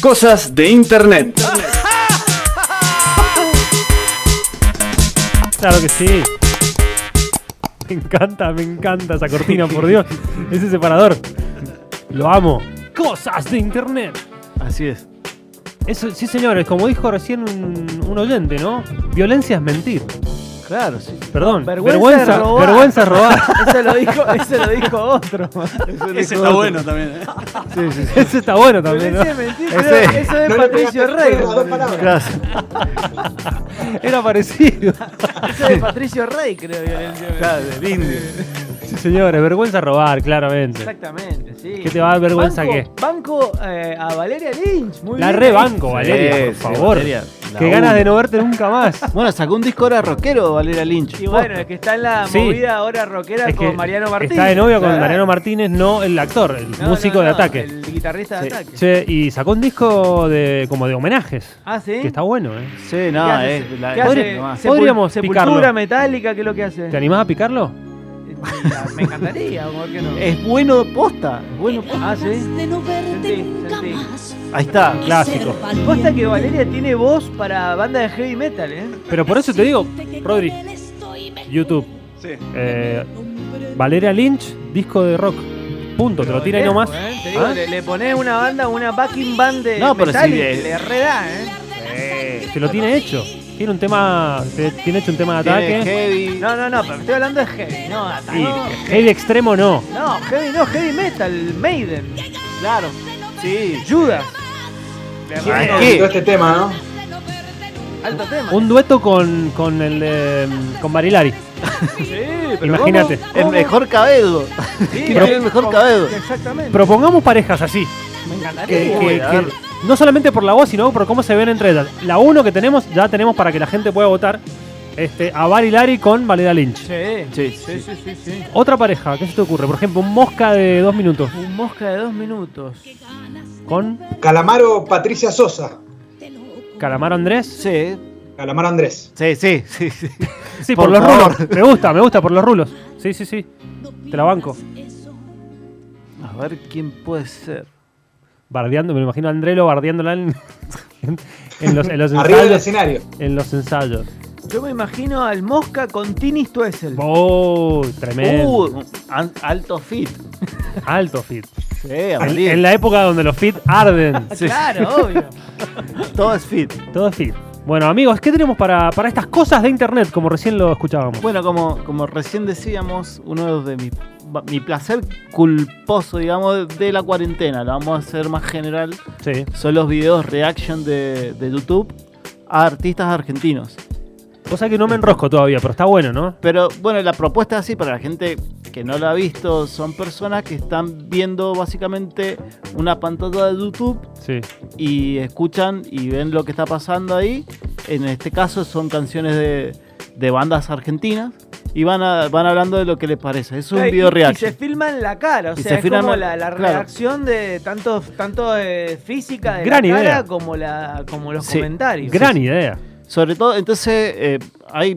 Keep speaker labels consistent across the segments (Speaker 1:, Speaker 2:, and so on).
Speaker 1: cosas de internet.
Speaker 2: Claro que sí. Me encanta, me encanta esa cortina, por Dios. Ese separador. Lo amo. Cosas de internet.
Speaker 1: Así es.
Speaker 2: Eso, sí, señores, como dijo recién un, un oyente, ¿no? Violencia es mentir.
Speaker 3: Claro, sí.
Speaker 2: Perdón.
Speaker 3: Vergüenza
Speaker 2: Vergüenza,
Speaker 3: es robar.
Speaker 2: vergüenza es robar.
Speaker 3: Eso lo dijo, eso lo dijo otro. Eso
Speaker 4: Ese
Speaker 3: lo dijo
Speaker 4: está
Speaker 3: otro.
Speaker 4: bueno también. ¿eh?
Speaker 3: Sí, sí, sí.
Speaker 2: Eso está bueno también, ¿no?
Speaker 3: Violencia es mentir,
Speaker 1: Ese-
Speaker 3: pero eso es
Speaker 5: No le
Speaker 3: Patricio
Speaker 5: pegaste
Speaker 3: Rey.
Speaker 5: fuego a dos palabras.
Speaker 1: Gracias.
Speaker 2: Era parecido.
Speaker 3: Eso es Patricio Rey, creo, violencia.
Speaker 4: Claro, del indio.
Speaker 2: Sí, señores, vergüenza es robar, claramente.
Speaker 3: Exactamente, sí.
Speaker 2: ¿Qué te va a dar vergüenza
Speaker 3: banco,
Speaker 2: qué?
Speaker 3: Banco eh, a Valeria Lynch. Muy
Speaker 2: La
Speaker 3: bien.
Speaker 2: rebanco, Valeria, por
Speaker 3: sí,
Speaker 2: favor.
Speaker 3: Valeria, la
Speaker 2: Qué ganas
Speaker 3: uno.
Speaker 2: de no verte nunca más.
Speaker 3: Bueno, sacó un disco ahora rockero, Valeria Lynch. Y bueno, es que está en la
Speaker 2: Sí.
Speaker 3: movida ahora rockera
Speaker 2: Es que
Speaker 3: con Mariano Martínez.
Speaker 2: Está de novio con
Speaker 3: Claro.
Speaker 2: Mariano Martínez, no el actor, el
Speaker 3: No,
Speaker 2: músico
Speaker 3: no,
Speaker 2: de
Speaker 3: no,
Speaker 2: ataque.
Speaker 3: El guitarrista de
Speaker 2: Sí.
Speaker 3: ataque.
Speaker 2: Che, y sacó un disco de como de homenajes.
Speaker 3: Ah, sí.
Speaker 2: Que está bueno, ¿eh?
Speaker 3: ¿Qué
Speaker 4: Sí, no,
Speaker 3: hace?
Speaker 4: es la-
Speaker 3: ¿Qué
Speaker 4: es
Speaker 3: hace?
Speaker 4: lo más.
Speaker 3: Sepul-
Speaker 2: Podríamos
Speaker 3: Sepultura
Speaker 2: picarlo.
Speaker 3: metálica, ¿qué es lo que hace?
Speaker 2: ¿Te animás a picarlo?
Speaker 3: Me encantaría, ¿por qué no?
Speaker 2: Eh,
Speaker 4: Es bueno posta. es bueno posta.
Speaker 3: Ah, sí.
Speaker 6: de no verte
Speaker 3: Sentí,
Speaker 6: nunca
Speaker 3: sentí.
Speaker 6: más.
Speaker 4: Ahí está.
Speaker 6: Ser
Speaker 2: Clásico.
Speaker 6: valiente.
Speaker 3: Posta que Valeria tiene voz para banda de heavy metal, ¿eh?
Speaker 2: Pero por eso te digo,
Speaker 6: Decirte que
Speaker 2: Rodri,
Speaker 6: con él estoy mejor.
Speaker 2: YouTube,
Speaker 4: Sí.
Speaker 2: eh, Valeria Lynch, disco de rock. Punto, te lo tira ahí
Speaker 3: Lejos,
Speaker 2: nomás.
Speaker 3: ¿eh? Te digo,
Speaker 2: ¿Ah?
Speaker 3: le, le pones una banda, una backing band de
Speaker 4: No, pero
Speaker 3: metal
Speaker 4: sí,
Speaker 3: y
Speaker 4: eh.
Speaker 3: le reda, ¿eh?
Speaker 2: Se lo tiene hecho. Tiene un tema. te- Tiene hecho un tema de
Speaker 4: Tiene
Speaker 2: ataque.
Speaker 4: heavy.
Speaker 3: No, no, no, pero estoy hablando de heavy, no, ataque.
Speaker 2: Y heavy extremo no.
Speaker 3: No, heavy no, heavy metal, Maiden,
Speaker 4: Claro. Sí.
Speaker 3: Judas,
Speaker 5: ¿Quién
Speaker 4: ¿Qué?
Speaker 5: inventó este tema, no?
Speaker 3: alto tema.
Speaker 2: Un dueto con, con el de, mm, con Barilari.
Speaker 3: Sí, pero
Speaker 2: Imagínate.
Speaker 3: ¿cómo?
Speaker 4: El
Speaker 3: ¿Cómo?
Speaker 4: mejor cabello.
Speaker 3: Sí,
Speaker 4: tiene el mejor
Speaker 3: con-
Speaker 4: cabello.
Speaker 3: Exactamente.
Speaker 2: Propongamos parejas así.
Speaker 3: Me
Speaker 2: que-
Speaker 3: encantaría.
Speaker 2: que-
Speaker 4: a ver.
Speaker 2: que- no solamente por la voz, sino por cómo se ven entre ellas. La uno que tenemos, ya tenemos para que la gente pueda votar. Este, a Barilari con Valeria Lynch.
Speaker 3: Sí, sí, sí, sí, sí.
Speaker 2: Otra pareja, ¿qué se te ocurre? Por ejemplo, un mosca de dos minutos.
Speaker 3: Un mosca de dos minutos.
Speaker 2: Con
Speaker 5: Calamaro Patricia Sosa.
Speaker 2: Calamaro Andrés.
Speaker 4: Sí.
Speaker 5: Calamaro Andrés.
Speaker 4: Sí, sí, sí, sí.
Speaker 2: Sí, por,
Speaker 4: Por
Speaker 2: los
Speaker 4: favor.
Speaker 2: rulos. Me gusta, me gusta, por los rulos. Sí, sí, sí. Te la banco.
Speaker 4: A ver quién puede ser.
Speaker 2: Bardeando, me imagino a Andrelo bardeándola en, en los, en los
Speaker 5: Arriba del
Speaker 2: ensayos.
Speaker 5: escenario.
Speaker 2: En los ensayos.
Speaker 3: Yo me imagino al mosca con Tini Stoessel.
Speaker 2: Oh, tremendo.
Speaker 4: Uh, an- alto fit.
Speaker 2: Alto fit.
Speaker 4: Sí,
Speaker 2: En,
Speaker 4: abuelito.
Speaker 2: en la época donde los fit arden.
Speaker 3: Ah, Claro, obvio.
Speaker 4: Todo es fit.
Speaker 2: Todo es fit. Bueno, amigos, ¿qué tenemos para, para estas cosas de internet? Como recién lo escuchábamos.
Speaker 4: Bueno, como, como recién decíamos, uno de mis va- mi placer culposo, digamos, de la cuarentena, lo vamos a hacer más general,
Speaker 2: Sí.
Speaker 4: son los videos reaction de, de YouTube a artistas argentinos.
Speaker 2: Cosa que no me enrosco todavía, pero está bueno, ¿no?
Speaker 4: Pero bueno, la propuesta así para la gente que no la ha visto, son personas que están viendo básicamente una pantalla de YouTube
Speaker 2: Sí.
Speaker 4: y escuchan y ven lo que está pasando ahí. En este caso son canciones de, de bandas argentinas y van, a- van hablando de lo que les parece. Es un
Speaker 3: Y-
Speaker 4: video
Speaker 3: y, se
Speaker 4: reaction.
Speaker 3: filman la cara, o
Speaker 4: Y
Speaker 3: sea,
Speaker 4: se
Speaker 3: es
Speaker 4: filman
Speaker 3: como
Speaker 4: la-
Speaker 3: la, la
Speaker 4: claro.
Speaker 3: reacción de tanto, tanto eh, física de
Speaker 2: Gran
Speaker 3: la cara
Speaker 2: idea.
Speaker 3: como la como los
Speaker 4: Sí,
Speaker 3: comentarios.
Speaker 2: Gran idea.
Speaker 4: Sobre todo, entonces eh, hay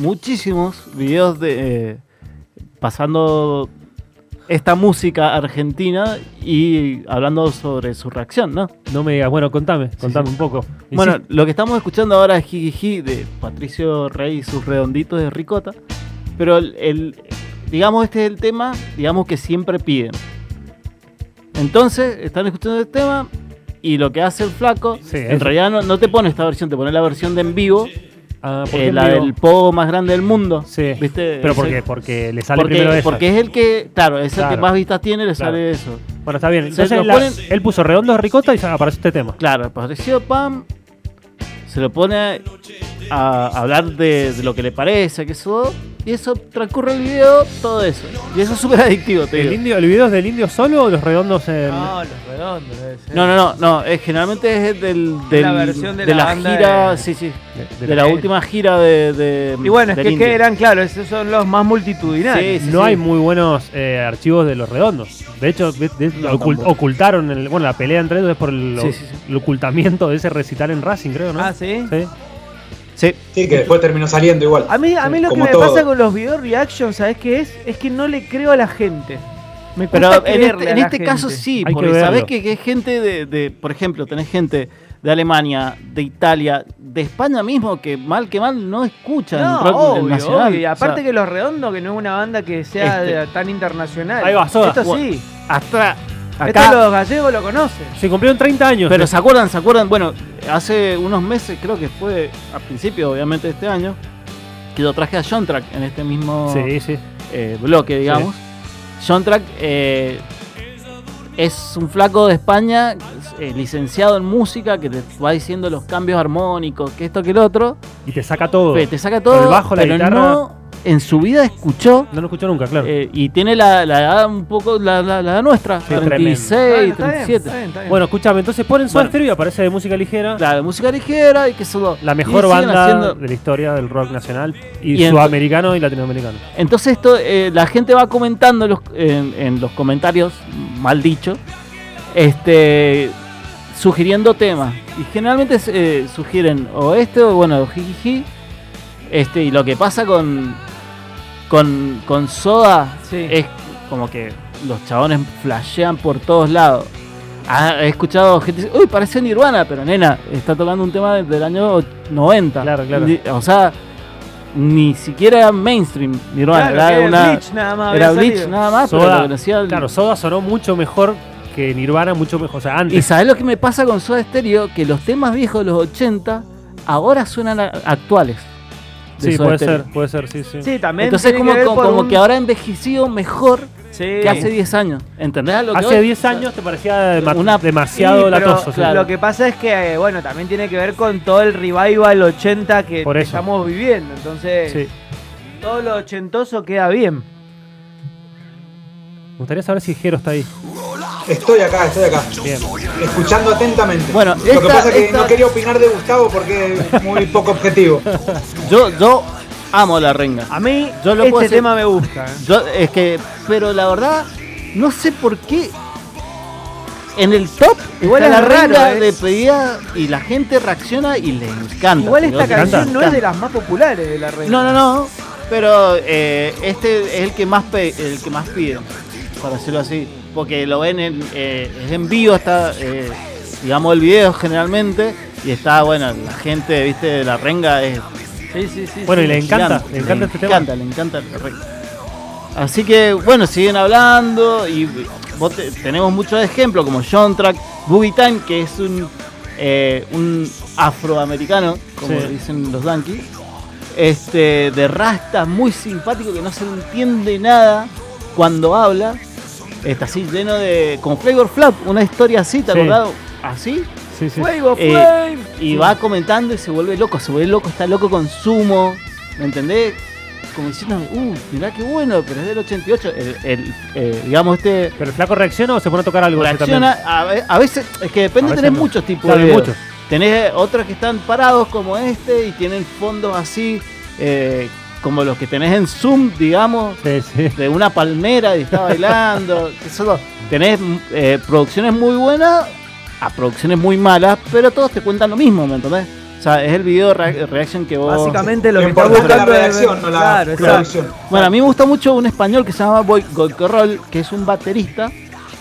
Speaker 4: muchísimos videos de eh, pasando esta música argentina y hablando sobre su reacción, ¿no?
Speaker 2: No me digas, bueno, contame, contame un poco.
Speaker 4: Bueno,
Speaker 2: Insisto.
Speaker 4: lo que estamos escuchando ahora es Jijiji de Patricio Rey y sus redonditos de ricota. Pero el, el- digamos, este es el tema, digamos, que siempre piden. Entonces, están escuchando el tema y lo que hace el flaco,
Speaker 2: Sí,
Speaker 4: en
Speaker 2: es-
Speaker 4: realidad no, no te pone esta versión, te pone la versión de en vivo,
Speaker 2: Ah, ¿por
Speaker 4: eh,
Speaker 2: qué
Speaker 4: la
Speaker 2: me digo?
Speaker 4: del pogo más grande del mundo.
Speaker 2: Sí.
Speaker 4: ¿Viste?
Speaker 2: Pero porque,
Speaker 4: Ese-
Speaker 2: porque le sale primero
Speaker 4: porque,
Speaker 2: esa.
Speaker 4: porque es el que, claro, es el
Speaker 2: Claro.
Speaker 4: que más vistas tiene, le
Speaker 2: Claro.
Speaker 4: sale eso.
Speaker 2: Bueno, está bien.
Speaker 4: Se
Speaker 2: Entonces
Speaker 4: lo
Speaker 2: la-
Speaker 4: ponen-
Speaker 2: él puso redondos ricota y ya apareció este tema.
Speaker 4: Claro, apareció Pam, se lo pone a hablar de, de lo que le parece, que eso, y eso transcurre el video, todo eso. Y eso es súper adictivo, te
Speaker 2: ¿El,
Speaker 4: digo.
Speaker 2: indio, ¿El video es del indio solo o los redondos
Speaker 4: Ah.
Speaker 2: en.?
Speaker 3: No, Ah, los redondos. debe ser.
Speaker 4: No, no, no, no, eh, generalmente es del, del-
Speaker 3: La versión de la banda
Speaker 4: gira,
Speaker 3: de-
Speaker 4: sí, sí,
Speaker 2: de-
Speaker 4: de,
Speaker 2: de-
Speaker 4: la última gira de, de-
Speaker 3: Y bueno, es
Speaker 4: del
Speaker 3: que,
Speaker 4: Indio.
Speaker 3: que eran, claro, esos son los más multitudinarios.
Speaker 4: Sí, sí,
Speaker 2: no
Speaker 4: sí.
Speaker 2: hay muy buenos eh, archivos de los redondos. De hecho, de- de-
Speaker 4: No,
Speaker 2: ocult-
Speaker 4: tampoco.
Speaker 2: ocultaron el- bueno, la pelea entre ellos es por el,
Speaker 4: Sí, sí, sí.
Speaker 2: el ocultamiento de ese recital en Racing, creo, ¿no?
Speaker 3: Ah, ¿sí?
Speaker 2: Sí.
Speaker 4: Sí,
Speaker 5: Sí, que después terminó saliendo igual.
Speaker 3: A mí, a mí lo que
Speaker 5: Como
Speaker 3: me
Speaker 5: todo.
Speaker 3: pasa con los video reactions, ¿sabes qué es? Es que no le creo a la gente.
Speaker 2: Me
Speaker 4: Pero
Speaker 2: cuesta
Speaker 4: en
Speaker 2: creerle
Speaker 4: este,
Speaker 2: a
Speaker 4: en
Speaker 2: la
Speaker 4: este
Speaker 2: gente.
Speaker 4: caso sí,
Speaker 2: Hay que
Speaker 4: porque sabés
Speaker 2: verlo.
Speaker 4: que, que hay gente de, de- por ejemplo, tenés gente de Alemania, de Italia, de España mismo, que mal que mal no escuchan
Speaker 3: No,
Speaker 4: rock
Speaker 3: obvio,
Speaker 4: nacional.
Speaker 3: obvio. Y
Speaker 4: O sea,
Speaker 3: aparte que Los Redondos, que no es una banda que sea
Speaker 4: Este.
Speaker 3: de- tan internacional.
Speaker 2: Ahí va, Soda.
Speaker 3: Esto sí.
Speaker 4: hasta
Speaker 3: Esto
Speaker 4: acá,
Speaker 3: los gallegos lo conocen.
Speaker 2: Este Se cumplieron 30 años.
Speaker 4: pero se acuerdan, se acuerdan, bueno, hace unos meses, creo que fue a principio obviamente de este año, que lo traje a John Track en este mismo
Speaker 2: Sí, sí.
Speaker 4: eh, bloque, digamos. John Track eh, es un flaco de España, es, eh, licenciado en música, que te va diciendo los cambios armónicos, que esto, que el otro.
Speaker 2: Y te saca todo.
Speaker 4: Pe-
Speaker 2: No
Speaker 4: Te saca todo,
Speaker 2: Oh. el bajo, la
Speaker 4: pero
Speaker 2: guitarra.
Speaker 4: no en su vida escuchó.
Speaker 2: lo escuchó nunca, claro.
Speaker 4: eh, y tiene la, la edad un poco, la, la, la nuestra,
Speaker 2: tremendo.
Speaker 4: 36,
Speaker 3: Bueno, Ah, está bien,
Speaker 4: 37.
Speaker 3: está bien, está bien.
Speaker 2: Bueno, escúchame, entonces ponen Soda
Speaker 4: Bueno.
Speaker 2: Stereo y aparece de música ligera.
Speaker 4: Claro, música ligera y que solo.
Speaker 2: La mejor
Speaker 4: y siguen
Speaker 2: banda
Speaker 4: haciendo-
Speaker 2: de la historia del rock nacional y,
Speaker 4: Y ento-
Speaker 2: sudamericano y latinoamericano.
Speaker 4: Entonces esto, eh, la gente va comentando los- en, en los comentarios, mal dicho, este, sugiriendo temas. Y generalmente eh, sugieren o este o bueno, jijiji. Este, y lo que pasa con, con, con Soda
Speaker 3: Sí.
Speaker 4: es como que los chabones flashean por todos lados. Ah, he escuchado gente decir, uy, parece Nirvana, pero nena, está tocando un tema del año 90.
Speaker 2: Claro, claro.
Speaker 4: Ni- O sea, ni siquiera era mainstream Nirvana,
Speaker 3: Claro,
Speaker 4: era
Speaker 3: que
Speaker 4: una...
Speaker 3: Bleach nada más.
Speaker 4: era
Speaker 3: había
Speaker 4: Bleach
Speaker 3: salido.
Speaker 4: nada más, Ah, pero
Speaker 2: Soda,
Speaker 4: lo conocía el-
Speaker 2: Claro, Soda sonó mucho mejor que Nirvana, mucho mejor. O sea,
Speaker 4: Y
Speaker 2: antes.
Speaker 4: sabes lo que me pasa con Soda Stereo, que los temas viejos de los 80 ahora suenan a- actuales. de
Speaker 2: Sí,
Speaker 4: Soda
Speaker 2: puede
Speaker 4: Stereo.
Speaker 2: ser, puede ser, sí, sí.
Speaker 3: Sí, también.
Speaker 4: Entonces
Speaker 3: tiene
Speaker 4: como,
Speaker 3: que ver
Speaker 4: como,
Speaker 3: por
Speaker 4: como
Speaker 3: un-
Speaker 4: que ahora ha envejecido mejor
Speaker 3: Sí.
Speaker 4: que hace 10 años. ¿Entendés? a lo que
Speaker 2: Hace
Speaker 4: voy?
Speaker 2: 10 años te parecía dema-
Speaker 4: Una-
Speaker 2: demasiado
Speaker 3: Sí, pero
Speaker 2: latoso. sí.
Speaker 4: claro.
Speaker 3: Lo que pasa es que, eh, bueno, también tiene que ver con todo el revival 80 que
Speaker 2: Por eso.
Speaker 3: estamos viviendo. Entonces,
Speaker 2: Sí.
Speaker 3: todo lo ochentoso queda bien.
Speaker 2: Me gustaría saber si Jero está ahí.
Speaker 5: Estoy acá, estoy acá.
Speaker 2: Bien.
Speaker 5: Escuchando atentamente.
Speaker 4: Bueno,
Speaker 5: lo que
Speaker 4: esta-
Speaker 5: pasa es que
Speaker 4: esta-
Speaker 5: no quería opinar de Gustavo porque es muy poco objetivo.
Speaker 4: Yo, yo amo la renga.
Speaker 3: A mí,
Speaker 4: Yo lo puedo
Speaker 3: este
Speaker 4: hacer-
Speaker 3: tema me gusta. ¿eh?
Speaker 4: Yo, es que, pero la verdad, no sé por qué. En el top,
Speaker 3: Igual
Speaker 4: está
Speaker 3: es
Speaker 4: la
Speaker 3: raro,
Speaker 4: renga
Speaker 3: ¿eh?
Speaker 4: de pedida y la gente reacciona y le encanta.
Speaker 3: Igual
Speaker 4: señor,
Speaker 3: esta
Speaker 4: le
Speaker 3: canción no es de
Speaker 4: encanta.
Speaker 3: las más populares de la red.
Speaker 4: No, no, no. Pero eh, este es el que más pe- el que más piden, para decirlo así. Porque lo ven en, eh, es en vivo, está, eh, digamos, el video generalmente. Y está, bueno, la gente, viste, de la renga es
Speaker 3: Sí, sí, sí.
Speaker 2: Bueno, y le
Speaker 4: Gigante,
Speaker 2: encanta, le encanta este tema.
Speaker 4: encanta, le encanta el rey. Así que, bueno, siguen hablando y vos te- tenemos muchos ejemplos como John Track, Boogie Time, que es un, eh, un afroamericano, como
Speaker 2: Sí.
Speaker 4: dicen los yankees, este, de rasta, muy simpático, que no se le entiende nada cuando habla. Está así lleno de. con Flavor Flap, una historia así, ¿te
Speaker 2: Sí.
Speaker 4: acordás? Así.
Speaker 2: Sí, sí.
Speaker 3: Wave of
Speaker 4: Eh,
Speaker 3: Wave.
Speaker 4: Y va comentando y se vuelve loco, se vuelve loco, está loco con sumo, ¿me entendés? Como diciendo, uh, mirá qué bueno, pero es del 88. El, el, eh, digamos, este
Speaker 2: ¿Pero el flaco reacciona o se pone a tocar algo? ese
Speaker 4: reacciona, a, ve- a veces, es que depende,
Speaker 2: A veces
Speaker 4: tenés
Speaker 2: no.
Speaker 4: muchos tipos
Speaker 2: Claro,
Speaker 4: de videos.
Speaker 2: muchos.
Speaker 4: Tenés eh, otros que están parados como este y tienen fondos así, eh, como los que tenés en Zoom, digamos,
Speaker 2: también? Sí, sí.
Speaker 4: de una palmera y está bailando. que solo- tenés mm, eh, producciones muy buenas a producciones muy malas, pero todos te cuentan lo mismo, ¿me entendés? O sea, es el video re- reaction que vos...
Speaker 3: Básicamente lo,
Speaker 5: Lo
Speaker 3: que está
Speaker 5: importante es la
Speaker 3: buscando es-
Speaker 5: redacción, no la
Speaker 3: Claro, exacto.
Speaker 5: producción.
Speaker 4: Bueno, a mí me gusta mucho un español que se llama Boy Corrol, que es un baterista,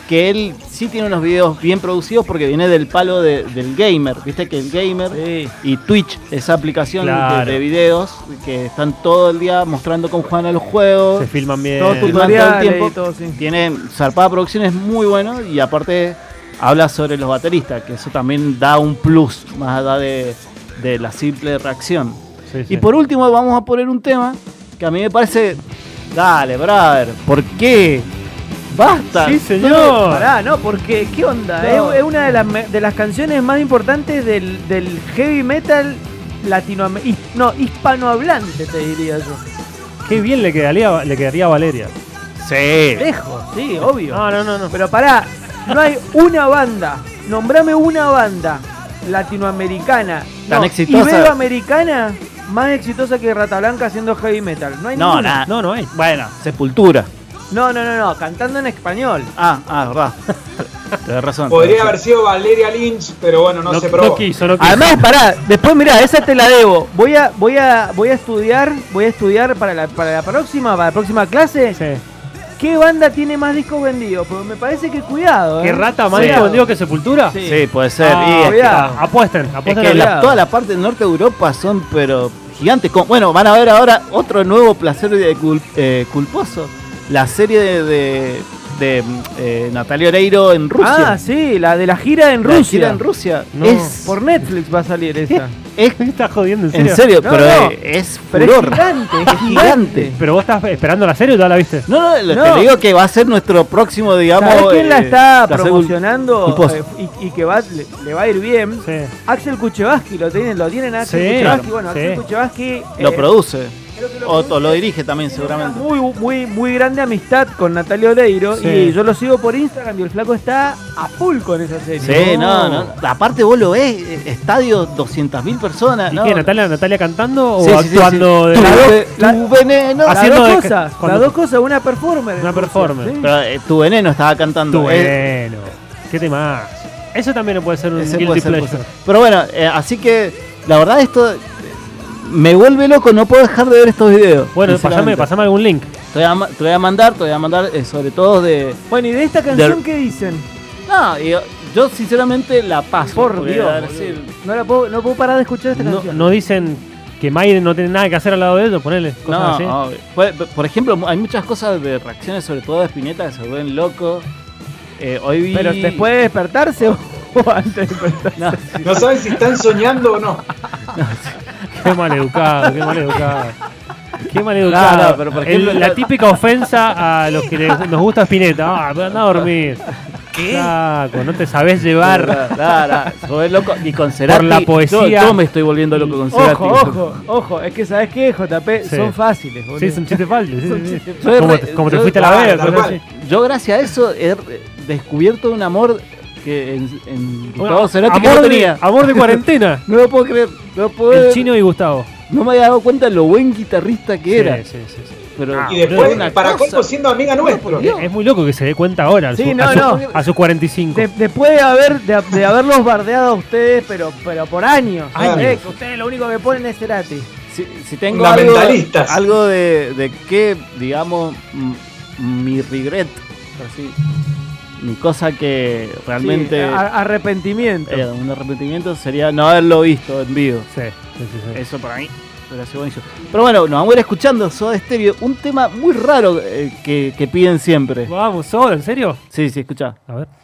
Speaker 4: que él sí tiene unos videos bien producidos porque viene del palo de- del gamer, viste que el gamer y Twitch, esa aplicación de-
Speaker 2: Claro.
Speaker 4: de, videos que están todo el día mostrando cómo juegan a los juegos.
Speaker 2: Se filman bien.
Speaker 4: Eh, Todo tu-
Speaker 3: Tutoriales
Speaker 4: tiempo.
Speaker 3: y todo, sí.
Speaker 4: Tiene zarpada producción, es muy bueno y aparte habla sobre los bateristas, que eso también da un plus, más allá de, de la simple reacción.
Speaker 2: Sí, sí.
Speaker 4: Y por último vamos a poner un tema que a mí me parece, dale, brother, ¿por qué? Basta.
Speaker 2: Sí, señor.
Speaker 3: Pará, no, porque, ¿qué onda?
Speaker 4: No.
Speaker 3: Es, es una de las, me- de las canciones más importantes del, del heavy metal latinoamericano. No, hispanohablante, te diría yo.
Speaker 2: Qué bien le quedaría, le quedaría a Valeria.
Speaker 4: Sí.
Speaker 3: Lejos, sí, obvio.
Speaker 2: No, no, no. no.
Speaker 3: Pero pará, no hay una banda. Nombrame una banda latinoamericana.
Speaker 4: Tan
Speaker 3: no,
Speaker 4: exitosa.
Speaker 3: Iberoamericana más exitosa que Rata Blanca haciendo heavy metal. No hay
Speaker 4: No,
Speaker 3: ninguna.
Speaker 4: nada.
Speaker 2: No, no hay.
Speaker 4: Bueno, sepultura.
Speaker 3: No, no, no, no, cantando en español.
Speaker 4: Ah, ah, verdad. Tienes razón.
Speaker 5: Podría haber sido Valeria Lynch, pero bueno, no,
Speaker 2: No,
Speaker 5: se
Speaker 2: no
Speaker 5: probó.
Speaker 2: quiso, no quiso.
Speaker 3: Además, pará, después mirá, esa te la debo. Voy a,
Speaker 4: ¿eh?
Speaker 3: voy a, voy a estudiar, voy a estudiar para la, para la próxima, para la próxima clase.
Speaker 2: Sí.
Speaker 3: ¿Qué banda tiene más discos vendidos? Porque me parece que cuidado. ¿eh?
Speaker 2: ¿Qué rata más
Speaker 4: Sí.
Speaker 2: disco vendido que Sepultura?
Speaker 3: Sí.
Speaker 4: Sí, puede ser.
Speaker 2: Ah,
Speaker 4: y es que-
Speaker 3: cuidado.
Speaker 2: Apuesten,
Speaker 4: Es
Speaker 2: apuesten.
Speaker 4: que la-
Speaker 3: Cuidado.
Speaker 4: toda la parte del norte de Europa son, pero gigantes. Como- bueno, van a ver ahora otro nuevo placer de cul- eh, culposo. La serie de, de- de, mm, eh, Natalia Oreiro en Rusia.
Speaker 3: Ah, sí, la de la gira en
Speaker 4: La
Speaker 3: Rusia.
Speaker 4: gira en Rusia.
Speaker 2: No.
Speaker 4: Es,
Speaker 3: Por Netflix va a salir esa.
Speaker 4: es-
Speaker 2: ¿Me estás jodiendo en
Speaker 4: en
Speaker 2: serio?
Speaker 4: serio,
Speaker 3: No,
Speaker 4: pero
Speaker 3: no.
Speaker 4: eh, es
Speaker 3: Pero es
Speaker 4: furor.
Speaker 3: gigante, es
Speaker 4: Es gigante.
Speaker 3: gigante.
Speaker 2: ¿Pero vos estás esperando la serie o ya la viste?
Speaker 4: No, no, lo-
Speaker 3: No.
Speaker 4: te digo que va a ser nuestro próximo, digamos.
Speaker 3: ¿Sabés quién la
Speaker 4: eh,
Speaker 3: está
Speaker 4: placer cul-
Speaker 3: promocionando
Speaker 4: culposo.
Speaker 3: eh, y, y que va, le, le va a ir bien?
Speaker 2: Sí.
Speaker 3: Axel Kuchevaski, lo tienen, lo tienen a Axel
Speaker 2: Sí,
Speaker 3: Kuchevaski.
Speaker 2: claro,
Speaker 3: Bueno,
Speaker 2: sí.
Speaker 3: Axel Kuchevaski eh,
Speaker 4: Lo produce.
Speaker 3: creo que lo
Speaker 4: O,
Speaker 3: produce.
Speaker 4: o lo dirige también, seguramente.
Speaker 3: Muy, muy, muy grande amistad con Natalia Oreiro
Speaker 2: Sí.
Speaker 3: y yo lo sigo por Instagram y el flaco está a full con esa serie.
Speaker 4: Sí, no, no. Aparte vos lo ves, eh, estadio 200.000 personas.
Speaker 2: ¿Y
Speaker 4: no,
Speaker 2: qué, Natalia, Natalia cantando o
Speaker 4: Sí, sí, sí,
Speaker 2: actuando
Speaker 4: sí.
Speaker 2: de
Speaker 4: Tu,
Speaker 2: la-
Speaker 4: ve- tu veneno.
Speaker 2: Ah,
Speaker 3: Las
Speaker 2: haciendo de-
Speaker 3: dos cosas,
Speaker 2: cuando-
Speaker 3: las dos cosas, una performer.
Speaker 2: Una
Speaker 3: entonces,
Speaker 2: performer.
Speaker 3: sí.
Speaker 4: Pero, eh, tu veneno estaba cantando.
Speaker 2: Tu
Speaker 4: eh,
Speaker 2: veneno. ¿Qué tema? Eso también puede ser un
Speaker 4: ese
Speaker 2: guilty
Speaker 4: puede ser, puede
Speaker 2: pleasure.
Speaker 4: ser. Pero bueno, eh, así que la verdad esto eh, me vuelve loco, no puedo dejar de ver estos videos.
Speaker 2: Bueno, pasame,
Speaker 4: sinceramente.
Speaker 2: pasame algún link.
Speaker 4: Te voy, a, ma- te voy a mandar, te voy a mandar eh, sobre todo de...
Speaker 3: Bueno, ¿y de esta canción
Speaker 4: Del-
Speaker 3: qué dicen?
Speaker 4: No, yo, yo sinceramente la paso.
Speaker 3: Por
Speaker 4: porque
Speaker 3: Dios,
Speaker 4: la verdad,
Speaker 3: boludo.
Speaker 4: sí,
Speaker 3: No, la puedo, no puedo parar de escuchar esta
Speaker 2: No,
Speaker 3: canción.
Speaker 2: no dicen que Maiden no tiene nada que hacer al lado de ellos, ponele cosas
Speaker 4: no,
Speaker 2: así.
Speaker 4: obvio. Por, por ejemplo, mu- hay muchas cosas de reacciones, sobre todo de Spinetta, que se vuelven loco. Eh, hoy vi...
Speaker 3: Pero después de despertarse o o antes de despertarse.
Speaker 4: No,
Speaker 5: No saben si están soñando o no.
Speaker 2: Qué mal educado, qué mal educado. Qué mal
Speaker 4: No,
Speaker 2: educado.
Speaker 4: no, pero por
Speaker 2: El-
Speaker 4: ejemplo-
Speaker 2: la típica ofensa a los que les- nos gusta Spinetta. Ah, pero anda a dormir. ¿Qué? no te sabés llevar.
Speaker 4: Nah, nah, se vuelve loco. Y con Cerati.
Speaker 2: la
Speaker 4: yo-
Speaker 2: poesía.
Speaker 4: Yo, me estoy volviendo loco con Cerati.
Speaker 3: Ojo, ojo, ojo. Es que sabes qué, JP,
Speaker 2: Sí.
Speaker 3: son fáciles. boludo.
Speaker 2: Sí, es un chiste falso. sí, sí, sí.
Speaker 4: Yo he
Speaker 2: Como,
Speaker 4: re-
Speaker 2: te- como te
Speaker 4: yo-
Speaker 2: fuiste a la
Speaker 5: Ah,
Speaker 2: verga.
Speaker 5: tal
Speaker 2: cosas
Speaker 5: cual.
Speaker 2: así.
Speaker 4: Yo, gracias a eso, he re- descubierto un amor que en, en Gustavo
Speaker 2: Bueno,
Speaker 4: Cerati que
Speaker 2: amor,
Speaker 4: no
Speaker 2: de-
Speaker 4: tenía.
Speaker 2: amor de cuarentena.
Speaker 4: No lo puedo creer. No, lo puedo
Speaker 2: El
Speaker 4: creer.
Speaker 2: chino y Gustavo.
Speaker 4: no me había dado cuenta de lo buen guitarrista que era.
Speaker 2: Sí, sí, sí, sí.
Speaker 4: Pero
Speaker 2: Ah,
Speaker 5: Y
Speaker 4: pero
Speaker 5: después,
Speaker 4: una
Speaker 5: para
Speaker 4: cosa-
Speaker 5: colmo, siendo amiga nuestra.
Speaker 4: Dios.
Speaker 2: Es muy loco que se dé cuenta ahora, a,
Speaker 3: Sí,
Speaker 2: su-
Speaker 3: no,
Speaker 2: a su-
Speaker 3: no.
Speaker 2: a sus 45.
Speaker 3: De- después de, haber, de, de haberlos bardeado a ustedes, pero, pero por años.
Speaker 5: Años.
Speaker 3: Eh, que ustedes lo único que ponen es Cerati.
Speaker 4: Si, si tengo algo,
Speaker 5: Fundamentalistas.
Speaker 4: algo de, de que, digamos, m- mi regret, así, mi cosa que realmente.
Speaker 3: Sí, a- arrepentimiento.
Speaker 4: Eh, un arrepentimiento sería no haberlo visto en vivo.
Speaker 2: Sí, sí, sí, sí.
Speaker 4: Eso para mí hubiera sido buenísimo. Pero bueno, nos vamos a ir escuchando Soda Stereo, un tema muy raro eh, que, que piden siempre.
Speaker 2: Vamos, solo, ¿en serio?
Speaker 4: Sí, sí, escucha.
Speaker 2: A ver.